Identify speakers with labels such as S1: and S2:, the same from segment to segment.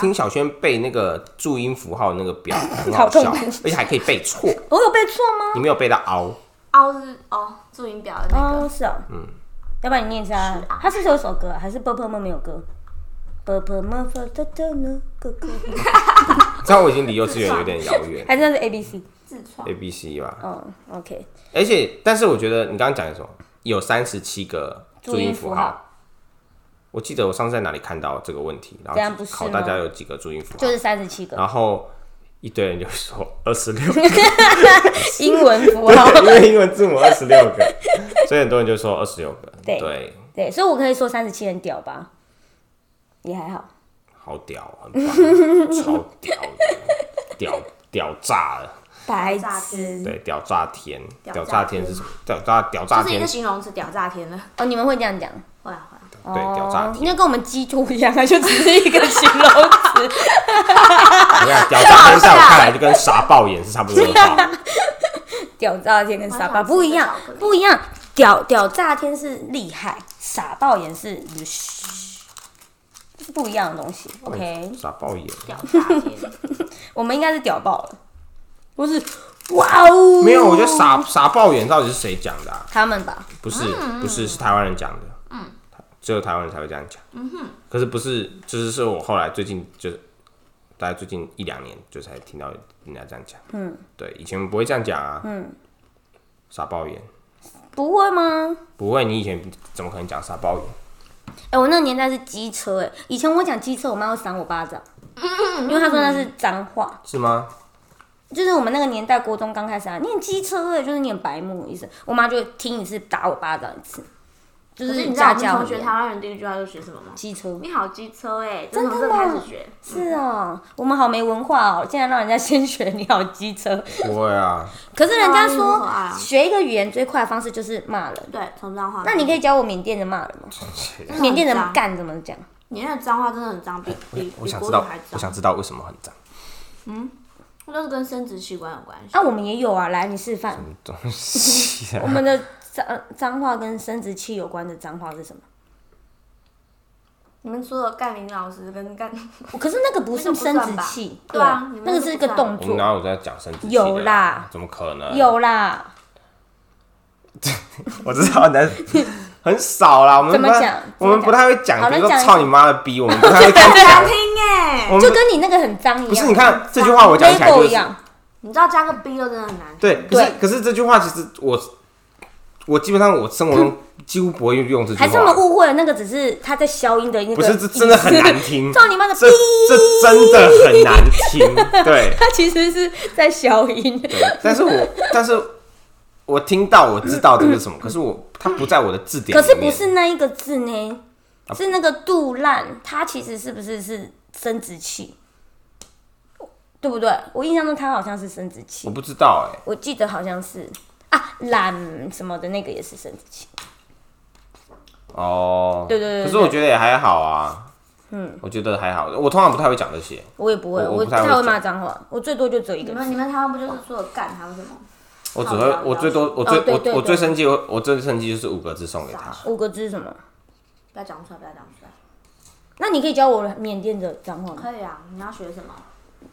S1: 听小轩背那个注音符号那个 表很
S2: 好
S1: 好
S2: 痛
S1: 笑
S2: 苦，
S1: 而且还可以背错，
S2: 我有背错吗？
S1: 你没有背到凹。
S3: 凹是哦，注音表的那
S2: 哦，
S3: 个
S2: 是哦，嗯，要不然你念一下，他是不是有首歌啊，还是 Purple 们没有歌？Purple 们 f o r the d n 哥哥，
S1: 这样我已经离幼稚园有点遥远
S2: 还真的是 A B C。
S3: 痔疮
S1: ，A B C 吧。
S2: 哦，OK，
S1: 而且，但是我觉得你刚刚讲的什么，有三十七个注音符
S2: 注音符号
S1: 号。我记得我上次在哪里看到这个问题，然
S2: 这样不
S1: 后
S2: 是
S1: 考大
S2: 吗
S1: 家有几个注音符号，
S2: 就是三十七个
S1: 然后一堆人就说二十 六，
S2: 英文符 号。
S1: 因为英文字母二十六个，所以很多人就说二十六个。
S2: 对
S1: 对，
S2: 对，所以我可以说三十七很屌吧，也还好。
S1: 好屌，很棒，超屌的，屌屌炸了，
S2: 白
S3: 炸
S2: 痴
S1: 对，屌炸天，
S3: 屌
S1: 屌炸
S3: 炸
S1: 天是什么？屌炸屌炸
S3: 就是一
S1: 天
S3: 个，形容词，屌炸天了。
S2: 哦，你们会这样讲？
S3: 会啊会啊，
S1: 对，屌炸
S2: 哦
S1: 天
S2: 因，为跟我们鸡兔一样啊，就只是一个形容词。
S1: 我跟你
S3: 啊
S1: 讲屌炸天在 我看来就跟傻爆眼是差不多的话。
S2: 屌炸天跟傻爆
S3: 我想吃
S2: 不一样
S3: 这个巧克，力
S2: 不一样。屌屌炸天是厉害，傻爆眼是嘘，这是不一样的东西。OK，
S1: 傻爆眼，
S3: 屌炸 天，
S2: 我们应该是屌爆了，不是哇哦。
S1: 没有，我觉得傻傻爆眼到底是谁讲的、啊？
S2: 他们吧，
S1: 不是，不是，是台湾人讲的。嗯，只有台湾人才会这样讲。嗯哼，可是不是，就是是我后来最近就是，大概最近一两年就才听到人家这样讲。嗯，对，以前不会这样讲啊。嗯，傻爆眼
S2: 不会吗？
S1: 不会，你以前怎么可能讲傻爆眼？
S2: 哎、我那个年代是机车、哎，以前我讲机车，我妈会赏我巴掌，因
S3: 嗯
S2: 为她说那是脏话。
S1: 是吗？
S2: 就是我们那个年代，国中刚开始啊，念机车、哎，就是念白目的意思。我妈就会听一次打我巴掌一次，就
S3: 可是
S2: 是
S3: 你知道
S2: 家
S3: 我
S2: 教
S3: 们同学台湾人第一句话都学什么吗？
S2: 机车。
S3: 你好机车哎，
S2: 真的
S3: 就从这
S2: 吗
S3: 开始学，
S2: 是哦，我们好没文化哦，竟然让人家先学你好机车。
S1: 不会啊，
S2: 可是人家
S3: 对啊你很可
S2: 说
S3: 爱啊
S2: 学一个语言最快的方式就是骂人，
S3: 对，从脏话。
S2: 那你可以教我缅甸人骂人吗？缅甸人
S3: 很脏
S2: 干怎么讲？
S3: 你那个脏话真的很脏，比比
S1: 哎我
S3: 比
S1: 想
S3: 国
S1: 知
S3: 语
S1: 道
S3: 还，
S1: 我想
S3: 脏，
S1: 知道为什么很脏。
S3: 都是跟生殖器官有关系。
S2: 啊，我们也有啊，来你示范。
S1: 东西、啊，
S2: 我们的脏呃脏话跟生殖器有关的脏话是什么？
S3: 你们说的干林老师跟干，
S2: 可是那个不是生殖器，
S3: 那个不算吧对啊你们
S2: 那个是一个动
S1: 我们
S2: 作。
S1: 哪有在讲生殖器的啊
S2: 有啦
S1: 怎么可能？
S2: 有啦，
S1: 我知道，但是很少啦。我们
S2: 怎么
S1: 不太
S2: 讲
S1: 我们
S2: 怎么讲
S1: 不太会讲，
S2: 好
S1: 比
S2: 来
S1: 如说
S2: 讲一
S1: “
S2: 啊
S1: 操你妈的逼”，我们不太会 讲
S3: 难。听哎，
S1: 我
S2: 就
S1: 们
S2: 跟你那个很脏一样。
S1: 不是，你看这句话我讲起来
S2: Lego
S1: 就
S2: 一
S1: 是
S2: 样，
S3: 你知道加个 B 都真的很难。
S1: 对，可是
S2: 对
S1: 可是这句话其实我我基本上我生活中几乎不会用这句
S2: 还是我们
S1: 话，
S2: 误会了？那个只是他在消音的那个。
S1: 不是这真的很难听，
S2: 操你妈的逼
S1: 这！这真的很难 听，对
S2: 他其实是在消音。
S1: 对，但是我但是我听到我知道这个是 什么，可是我它不在我的字典
S2: 可
S1: 里面，
S2: 是不是那一个字呢？
S1: 啊
S2: 是那个杜烂，它其实是不是是生殖器？对不对？我印象中它好像是生殖器
S1: 我。不知道哎，
S2: 我记得好像是啊，懒什么的那个也是生殖器。
S1: 哦，
S2: 对对对对
S1: 可是我觉得也还好啊，嗯，我觉得还好，我通常不太会讲这些。
S2: 我也不会，
S1: 我
S2: 我
S1: 我不太会
S2: 太会
S1: 讲
S2: 骂脏话，我最多就只有一
S3: 你
S2: 个
S3: 们
S2: 字。
S3: 你们台湾不就是说有干还有什么？
S1: 我只
S3: 好
S1: 会
S3: 吧，
S1: 我
S3: 了
S1: 最多，
S3: 解
S1: 我最
S2: 哦对对
S1: 我我
S2: 对
S1: 最生气，我我最生气就是五个字送给他，
S2: 五个字是什么？
S3: 不要讲出来，不要讲出来。
S2: 那你可以教我缅甸的脏话吗？
S3: 可以啊，你要学什么？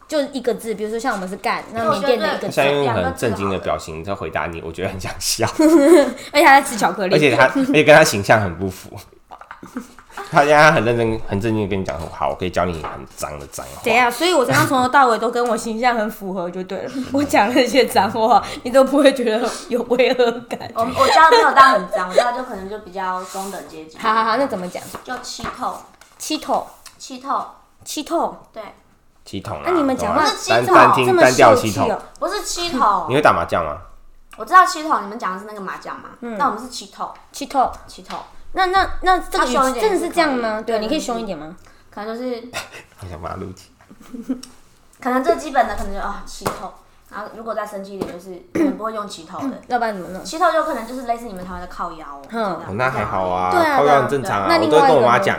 S2: 就一个字，比如说像我们是干，那
S3: 我
S2: 缅
S3: 觉得
S2: 甸的一个
S3: 对
S2: 字
S1: 像，用
S3: 两个
S1: 很
S3: 字
S1: 震惊
S3: 好
S1: 的
S3: 了
S1: 表情在回答你，我觉得很想笑，
S2: 而且他在吃巧克力，
S1: 而且他，而且跟他形象很不符。他现在很认真、很正经地跟你讲说，好，我可以教你很脏的脏
S2: 怎
S1: 话。
S2: 样？所以我刚刚从头到尾都跟我形象很符合，就对了。 我讲那些脏话，你都不会觉得有违和感。
S3: 我我家没有到很脏，我家就可能就比较中等阶级。
S2: 好好好，那怎么讲？
S3: 就气透，
S2: 七头，
S3: 气透，
S2: 七头，
S3: 对，
S1: 七筒啊，
S2: 那你们讲话
S1: 懂吗
S3: 是七
S1: 单
S3: 筒
S1: 单
S2: 这
S1: 听
S2: 么
S1: 单调
S2: 秀
S1: 七
S2: 气
S1: 筒
S2: 哦。。
S3: 不是气透
S1: 你。会打麻将吗？
S3: 我知道气透，你们讲的是那个麻将嘛，
S2: 嗯
S3: 那我们是气透，
S2: 七头，
S3: 气透，
S2: 那那那这个
S3: 他凶一
S2: 语
S3: 点
S2: 真的是这样吗？
S3: 是可以
S2: 对，你可以凶一点吗？
S3: 可能就是
S1: 我想把它录起来。
S3: 可能最基本的可能就啊气透，然后如果再生气一点就是可能不会用气透的，
S2: 要不然怎么弄？
S3: 气透就可能就是类似你们台湾的靠腰哦，
S2: 嗯
S1: 哦，那还好啊，
S2: 对啊
S1: 泡
S2: 对啊
S1: 很正常
S2: 那
S1: 啊。我
S2: 另
S1: 都会
S2: 外一
S1: 跟我
S2: 个
S1: 妈
S2: 呢
S1: 讲，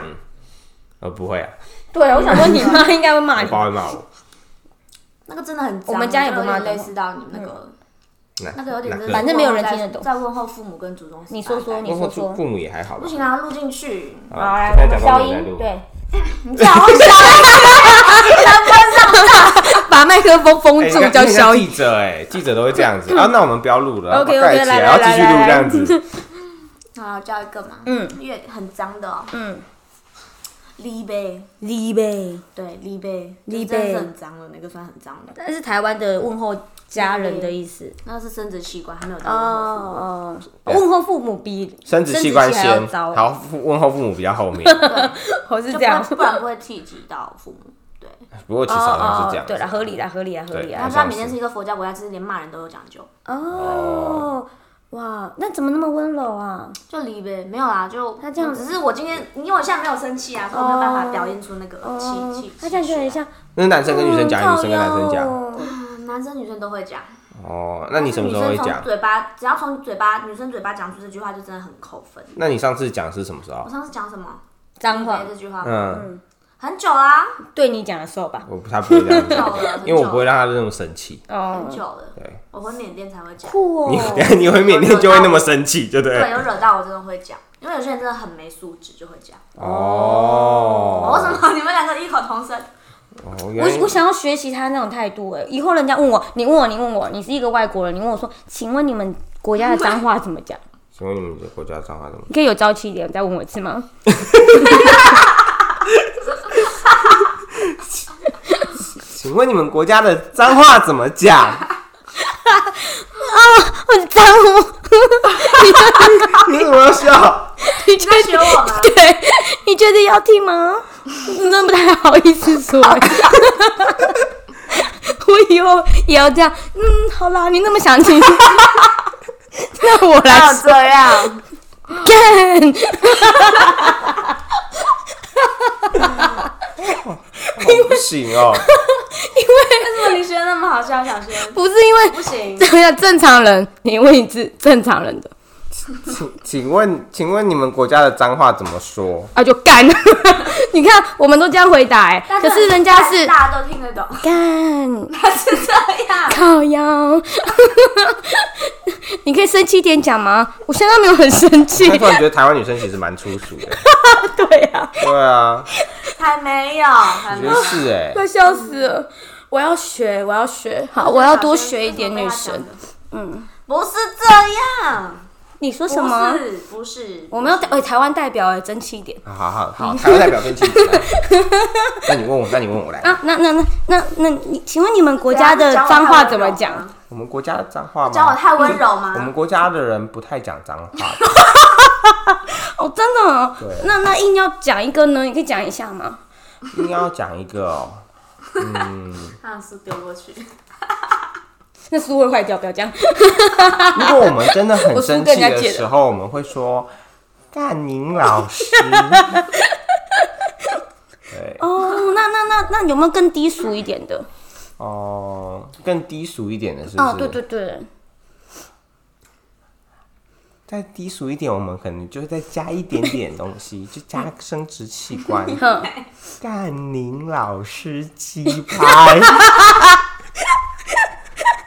S1: 呃，不会啊，
S2: 对，我想说你妈应该会骂
S1: 我
S2: 你。
S1: 爸会骂我。
S3: 那个真的很脏，
S2: 我们家也不
S3: 就有
S2: 骂脏嗯
S3: 点类似到你们那个
S1: 那
S3: 那个有点
S1: 哪
S3: 真
S1: 个
S3: 的
S2: 反正没有人听得懂
S3: 在问候父母跟祖宗十八代。
S2: 你说说，你
S1: 包括
S2: 说
S1: 父
S2: 说。
S1: 父母也还好吧
S3: 不。行啊，录进去，
S1: 好
S2: 好，来，
S1: 现
S2: 我
S1: 在讲
S2: 们
S1: 到
S2: 消
S1: 我们来
S2: 音
S1: 录，
S2: 对，
S3: 你讲话小
S4: 把麦克风
S1: 哎
S4: 封
S1: 你
S4: 住
S1: 看
S4: 叫
S1: 你看
S4: 消音。
S1: 记者哎，记者都会这样子啊。那我们不要录了
S2: 嗯 OK，OK，
S1: 盖起
S2: 来
S1: 然后
S2: 来
S1: 继续
S2: 来
S1: 录
S2: 来
S1: 这样 子。
S3: 啊，叫一个嘛，
S2: 嗯，
S3: 越很脏的、哦，
S2: 嗯，
S3: 立碑，
S2: 李呗，
S3: 对，立碑，
S2: 立
S3: 就真的
S2: 碑
S3: 是很脏的，那个算很脏的，
S2: 那是台湾的问候家人的意思。
S3: 那是生殖器官，还没有到
S2: 哦
S3: 我们的
S2: 哦，
S1: 对
S2: 问候父母比
S1: 生殖器官
S2: 生还要
S1: 先，
S2: 糟，
S1: 好父问候父母比较 后面。
S2: 我是这
S3: 就不然
S2: 样。
S3: 不然不会提及到父 母。对，
S1: 不过其实 好像是这样子。
S2: 哦对啦，合理啦，合理啦，合理啊
S3: 然
S1: 好
S2: 啦。
S3: 后
S1: 像
S3: 他
S1: 是
S3: 每天是一个佛教国家，就是连骂人都有讲究，
S2: 哦，哇，那怎么那么温柔啊？
S3: 就离呗，没有啦，就
S2: 他这样哦
S3: 只是我今天，因为我现在没有生气啊，所以我没有办法表现出那个气气。
S2: 他这样就很
S3: 气啊
S2: 像
S1: 那是男生跟女生讲，
S2: 哦
S1: 女生跟男生讲。
S2: 讲。
S3: 嗯男生女生都会讲，
S1: 哦，那你什么
S3: 女
S1: 时候
S3: 生
S1: 会
S3: 从
S1: 讲？
S3: 嘴巴，只要从嘴巴女生嘴巴讲出这句话，就真的很扣分。
S1: 那你上次讲是什么时候
S3: 我？上次讲什么？
S2: 脏话
S3: 离别这句话吗
S1: 嗯，
S3: 很久啦，
S2: 对你讲的时候吧。
S1: 我不他不会这样子
S3: 很久了，
S1: 因为我不会让他那么生气。
S3: 很久
S2: 哦，
S3: 了，
S1: 对，
S3: 我回缅甸才会讲，
S2: 酷
S1: 你
S2: 哦
S1: 等。下啊你会缅甸就会那么生气，对不
S3: 对，
S1: 对？
S2: 啊
S3: 有惹到我真的会讲，因为有些人真的很没素质就会讲。
S1: 哦，
S3: 哦，为什？么你们两个异口同声？
S1: 哦，原来
S2: 我我想要学习他那种态度哎，以后人家问我，你问我，你问我，你是一个外国人，你问我说，请问你们国家的脏话怎么讲？
S1: 请问你们的国家脏话怎么？
S2: 你可以有朝气一点再问我一次 吗？
S1: 请问你们国家的脏话怎么讲？
S2: 很脏哦，
S1: 你怎么要笑？
S2: 你确
S3: 在学我吗？
S2: 对， 你觉得要听吗？真的不太好意思说、欸。 我以后也要这样。嗯，好啦，你那么想听， 那我来
S3: 要这样，
S2: 干。
S1: 哦不行哦，
S3: 为什么你学得那么好笑，小轩？
S2: 不是因为
S3: 不行，
S2: 这样正常人，你问一次正常人的
S1: 请请问请问你们国家的脏话怎么说？
S2: 啊，就干。 你看，我们都这样回答、欸，
S3: 但
S2: 可是人家是
S3: 大家都听得懂，
S2: 干
S3: 他是这样。
S2: 靠腰。 你可以生气一点讲吗？我现在没有很生气
S1: 我。突然觉得台湾女生其实蛮粗俗的。
S2: 对呀、啊。
S1: 对啊，
S3: 还没有，还
S1: 我
S3: 没
S1: 觉得
S3: 有。
S1: 是哎、
S2: 快笑死了！我要学，我要学，好，我要多学一点女生。
S3: 嗯，不是这样，
S2: 你说
S3: 不
S2: 什么？
S3: 是，不是，
S2: 我们要代为台湾代表哎，争气一点
S1: 好好 好，台湾代表跟妻子来。那你问我，那你问我来。
S2: 啊！那那那那那你，请问你们国家的脏话怎么讲？
S1: 我们国家的脏话吗？
S3: 教我太温柔
S1: 我们
S3: 吗？
S1: 国家的人不太讲脏话，
S2: 哦，真的哦
S1: 对。
S2: 那那硬要讲一个呢？你可以讲一下吗？
S1: 一定要讲一个哦。
S3: 汉斯啊丢过去，
S2: 那书会坏掉，不要讲。
S1: 如果我们真的很
S2: 我输
S1: 生
S2: 跟
S1: 气
S2: 人家
S1: 的
S2: 借的
S1: 时候，我们会 说“干您老师”。对
S2: 哦， 那那那那有没有更低俗一点的？
S1: 哦，更低俗一点的是不是？
S2: 哦，对对对，
S1: 再低俗一点，我们可能就会再加一点点东西， 就加生殖器官。
S2: 哼，
S1: 干宁老师鸡 拍。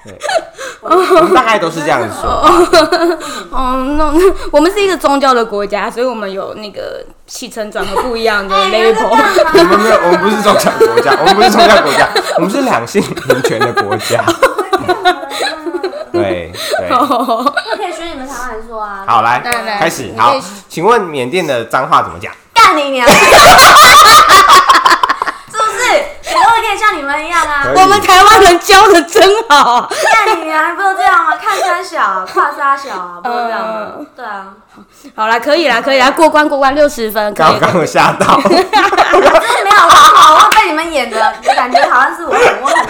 S1: 对，我们大概都是这样子说。
S2: 哦，那那我们是一个宗教的国家，所以我们有那个起承转合不一样的 label。
S1: 我们没有，我们不是宗教国 家，我们不是宗教国家，我们是两性平权的国 家。对对，
S2: 哦
S3: 我可以学你们台湾人说啊，
S1: 好，来
S2: 来来
S1: 开始
S2: 你。啊
S1: 好
S2: 可以，
S1: 请问缅甸的脏话怎么讲？
S3: 干你娘！是不是？我也可以像你们一样啊
S1: 可以，
S2: 我们台湾人教的真好啊。
S3: 干你娘！不都这样吗？看三小，跨三小啊，不都这样吗
S2: 嗯？
S3: 对啊，
S2: 好啦，可以啦，可以啦，过关过关，六十分，可以
S1: 刚。刚我吓到，
S3: 真的没有好，我被你们演的，感觉好像是我很我很装一样。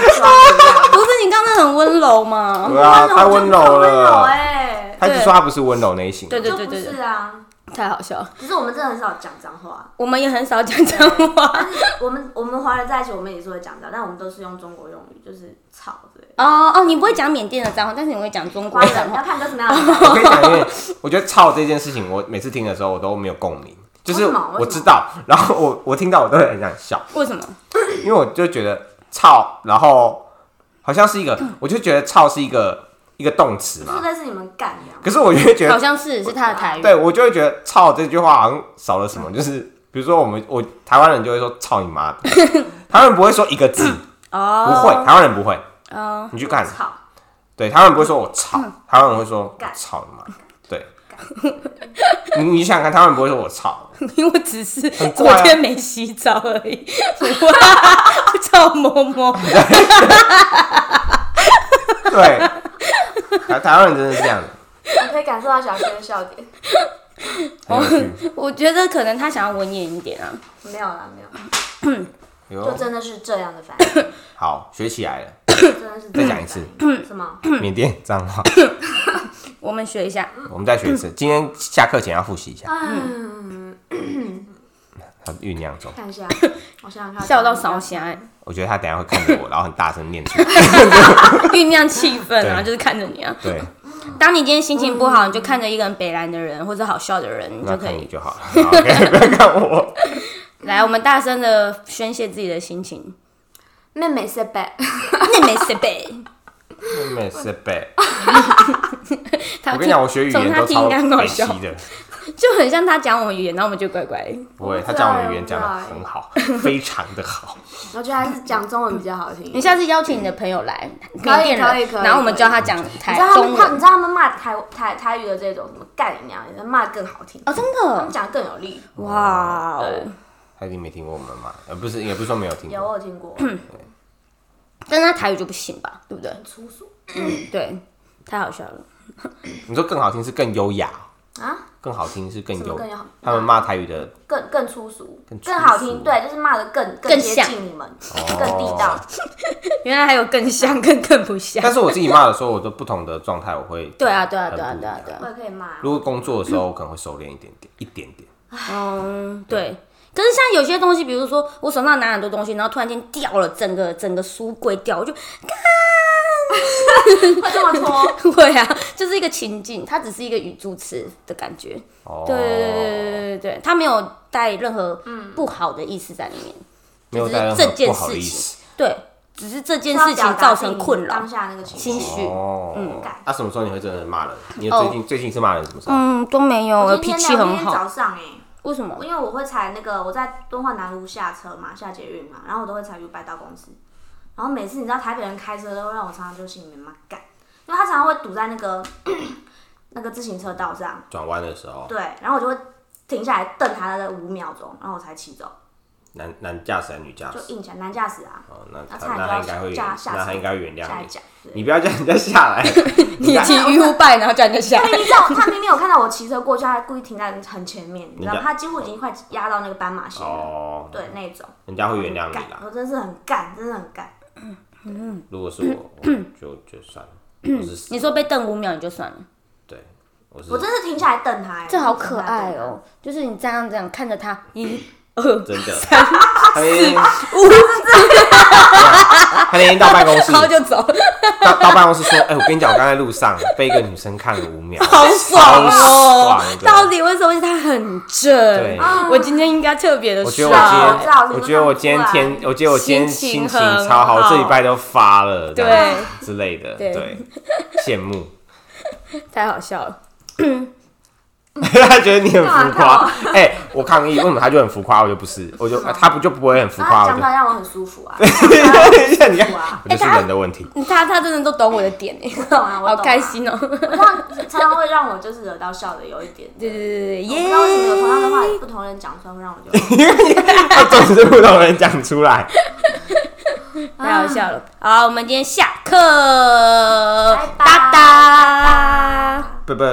S2: 不是你刚刚很温柔吗？
S1: 对啊，太温柔
S3: 温柔
S1: 了。
S3: 哎，
S1: 他就说他不是温柔那一型，
S2: 对对
S3: 就
S2: 对
S3: 不
S2: 对对
S3: 是，啊。
S2: 太好笑了。
S3: 可是我们真的很少讲脏话，
S2: 我们也很少讲脏 话。
S3: 我们我们华人在一起，我们也是会讲脏，但我们都是用中国用语，就是吵之类的。
S2: 哦哦，你不会讲缅甸的脏话，但是你会讲中国
S3: 华
S2: 的
S3: 人
S2: 脏
S3: 要
S2: 话。
S3: 看跟什么样的人，
S1: 我跟你讲，因为我觉得操这件事情，我每次听的时候我都没有共鸣，就是
S3: 为什么为什么
S1: 我知道，然后我我听到我都会很想笑，
S2: 为什么？
S1: 因为我就觉得操，然后好像是一个，我就觉得操是一个一个动词
S3: 说
S1: 嘛。
S3: 嗯但是你们干的啊，
S1: 可是我就会觉
S2: 好
S1: 得，
S2: 像是是他的台语，
S1: 对我就会觉得“操”这句话好像少了
S3: 嗯
S1: 什么，就是比如说我们我台湾人就会说“操你妈的”， 台湾人不会说一个字，不
S2: 哦，
S1: 会，台湾人不会。
S3: 哦
S1: 你去看，
S3: 操，
S1: 对，台湾人不会说我操，
S3: 嗯
S1: 台湾人会说我
S3: 干
S1: 操你妈
S3: 嗯
S1: 的。对， 你你想想看，台湾人不会说我操，
S4: 因为只是
S1: 很怪
S4: 昨
S1: 啊
S4: 天没洗澡而已。我叫摸摸，
S1: 对，台台湾人真的是这样的，
S3: 你可以感受到小学的笑点。
S1: 很
S3: 哦
S1: 有 趣。
S2: 我觉得可能他想要文言一点啊，
S3: 没有啦，没
S2: 嗯
S3: 有，
S1: 哎
S3: 就
S1: 呦，
S3: 真的是这样的反应，
S1: 好，学起来了。
S3: 真的是这样的反 应，什么？嗯
S1: 缅甸脏 话，
S2: 我们学一下，
S1: 我们再学一次。今天下课前要复习一下，
S3: 嗯，
S1: 他酝酿中。
S3: 看一下，我想想看，
S2: 笑到烧瞎、欸，
S1: 我觉得他等一下会看着我，然后很大声念 出来。
S2: 酝酿气氛啊，
S1: 对
S2: 就是看着你啊。
S1: 对，
S2: 当你今天心情不好，你就看着一个很北蓝的人或者好笑的人，你
S1: 那
S2: 就可
S1: 看你
S2: 以
S1: 就好了。好，OK，不要看我。
S2: 来，我们大声的宣泄自己的心情。
S3: 妹妹 sit back，
S2: 那没谁呗，
S1: 妹妹是 呗。
S3: 哦
S2: 他
S1: 我跟你讲，我学语
S2: 从
S1: 言
S2: 他
S1: 都
S2: 听
S1: 超
S2: 应该很好
S1: 可惜
S2: 笑，
S1: 的。
S2: 就很像他讲我们语言，然后我们就乖乖。
S1: 不会，
S3: 知
S1: 他讲我
S3: 道
S1: 们语言讲的
S3: 我不知道
S1: 很好，非常的好。
S3: 我觉得还是讲中文比较 好听。
S2: 你下次邀请你的朋友来，
S3: 可以
S2: 缅甸人
S3: 可以可以
S2: 然后我们教他讲
S3: 你
S2: 台
S3: 知道他
S2: 中
S3: 们他你
S2: 文。
S3: 知道他们骂台台台语的这种什么干你娘，也骂得更好听，
S2: 哦，真
S3: 他们
S2: 的，
S3: 讲得更有力。
S2: 哇
S3: 对
S2: 哦！
S1: 他一定没听过我们嘛？呃，不是，也不是说没有听
S3: 有
S1: 过。
S3: 我有听过，
S2: 嗯但是他台语就不行吧，对不对？
S3: 粗俗
S2: 对，太好笑了。
S1: 你说更好听是更优雅，
S3: 啊，
S1: 更好听是更
S3: 什么
S1: 优
S3: 更。要
S1: 他们骂台语的
S3: 更更粗俗
S1: 更，粗俗哦
S3: 更好听，对，就是骂的更
S2: 更
S3: 接
S2: 像
S3: 近你们，更地道。
S2: 原来还有更像，更更不像
S1: 但。是我自己骂的时候，我都不同的状态，我会
S2: 对啊，对啊，对啊，对啊，对
S3: 我
S2: 啊。
S3: 也可以骂，
S1: 如果工作的时候，我可能会收敛一点点，一点点。
S2: 嗯，对。可是像有些东西，比如说我手上拿很多东西，然后突然间掉了，整个整个书柜掉，我就
S3: 会这么拖，
S2: 会啊，就是一个情境，它只是一个语助词的感觉。
S1: 哦，
S2: 对对对对对对对，它没有带任何不好的意思在里面。
S1: 没有
S2: 只是
S1: 带任
S2: 这
S1: 何
S2: 件
S1: 不好的
S2: 事
S1: 意
S2: 情
S1: 思。
S2: 对，只是这件 事情造成困扰
S3: 当。下那个情
S2: 情
S3: 绪。
S2: 绪
S1: 哦，
S3: 干
S1: 那、什么时候你会真的骂人？你有最近、最近是骂人什么时候？
S2: 嗯，都没有，我
S3: 我
S2: 脾
S3: 今天
S2: 气
S3: 呢我
S2: 很
S3: 今天
S2: 好。
S3: 早上哎，
S2: 为什么？
S3: 因为我会踩那个，我在敦化南路下车嘛，下捷运嘛，然后我都会踩 U 拜到公司。然后每次你知道台北人开车都会让我常常就心里面骂干，因为他常常会堵在那个 那个自行车道上，
S1: 转弯的时候，
S3: 对，然后我就会停下来瞪他那个五秒钟，然后我才骑走，
S1: 男男驾驶还是女驾
S3: 就
S1: 驶？
S3: 硬起来男驾驶啊，
S1: 哦，那
S3: 那
S1: 他
S3: 差
S1: 那
S3: 点就
S1: 他
S3: 要
S1: 应该会，
S3: 下下
S1: 那他
S3: 车
S1: 应该原
S3: 下
S1: 谅
S3: 一
S1: 你。
S3: 讲。对
S1: 你不要叫人家下来，
S2: 你骑 U 拜，然后叫人家下来
S3: 哎，你知道他明明有看到我骑车过去，他还故意停在很前面，你知道吗
S1: 你知道
S3: 他几乎已经快压到那个斑马线了，
S1: 哦，
S3: 对那种。
S1: 人家会原谅
S3: 干
S1: 你啦。
S3: 我真是很干，真的很干。
S1: 如果是我，我就就算了。我是
S2: 你说被瞪五秒你就算了，
S1: 对，我是
S3: 我真是停下来瞪他、哎
S2: 这好可爱哦、就是你这样这样看着他，呃一
S1: 真的， 他已经他已经到办公室，
S2: 然后就走，
S1: 到到办公室说：“哎、我跟你讲，我刚才路上被一个女生看了五秒，
S2: 好爽哦、
S1: 超爽的
S2: 到底为啊什么他很
S1: 对
S2: 正？
S3: 啊
S2: 我今天应该特别的
S1: 我觉得
S2: 爽。
S1: 我今天，我
S3: 知道我知道
S1: 觉得我今天天，我觉得我今天
S2: 心
S1: 心
S2: 情
S1: 情
S2: 很
S1: 超好，
S2: 好
S1: 我这礼拜都发了，这样子之类的，
S2: 对
S1: 对，羡慕。
S2: 太好笑了。嗯
S1: 他觉得你很浮
S3: 干嘛干
S1: 夸
S3: 嘛，
S1: 哎、我抗议，为什么他就很浮夸，我就不是，我就他不就不会很浮
S3: 然
S1: 夸，
S3: 后
S1: 我
S3: 讲
S1: 就
S3: 出来让我很舒服啊，讲出来让我很
S1: 你
S3: 舒服
S1: 看
S3: 啊，
S1: 我 就是人的问题，
S2: 他他真的都懂我的点哎、
S3: 懂啊，我
S2: 好
S3: 懂啊
S2: 开。心 哦、
S3: 我常常常会让我就是惹到笑的有一点，
S2: 对对对对，
S3: 不知道为什么有同样的话
S2: 耶！
S3: 不同人讲出来会让我觉得
S2: 哎
S1: 他总是不懂人讲出来。
S2: 太好笑了。好，我们今天下课，
S3: 拜拜
S2: 哒哒。
S1: 不不。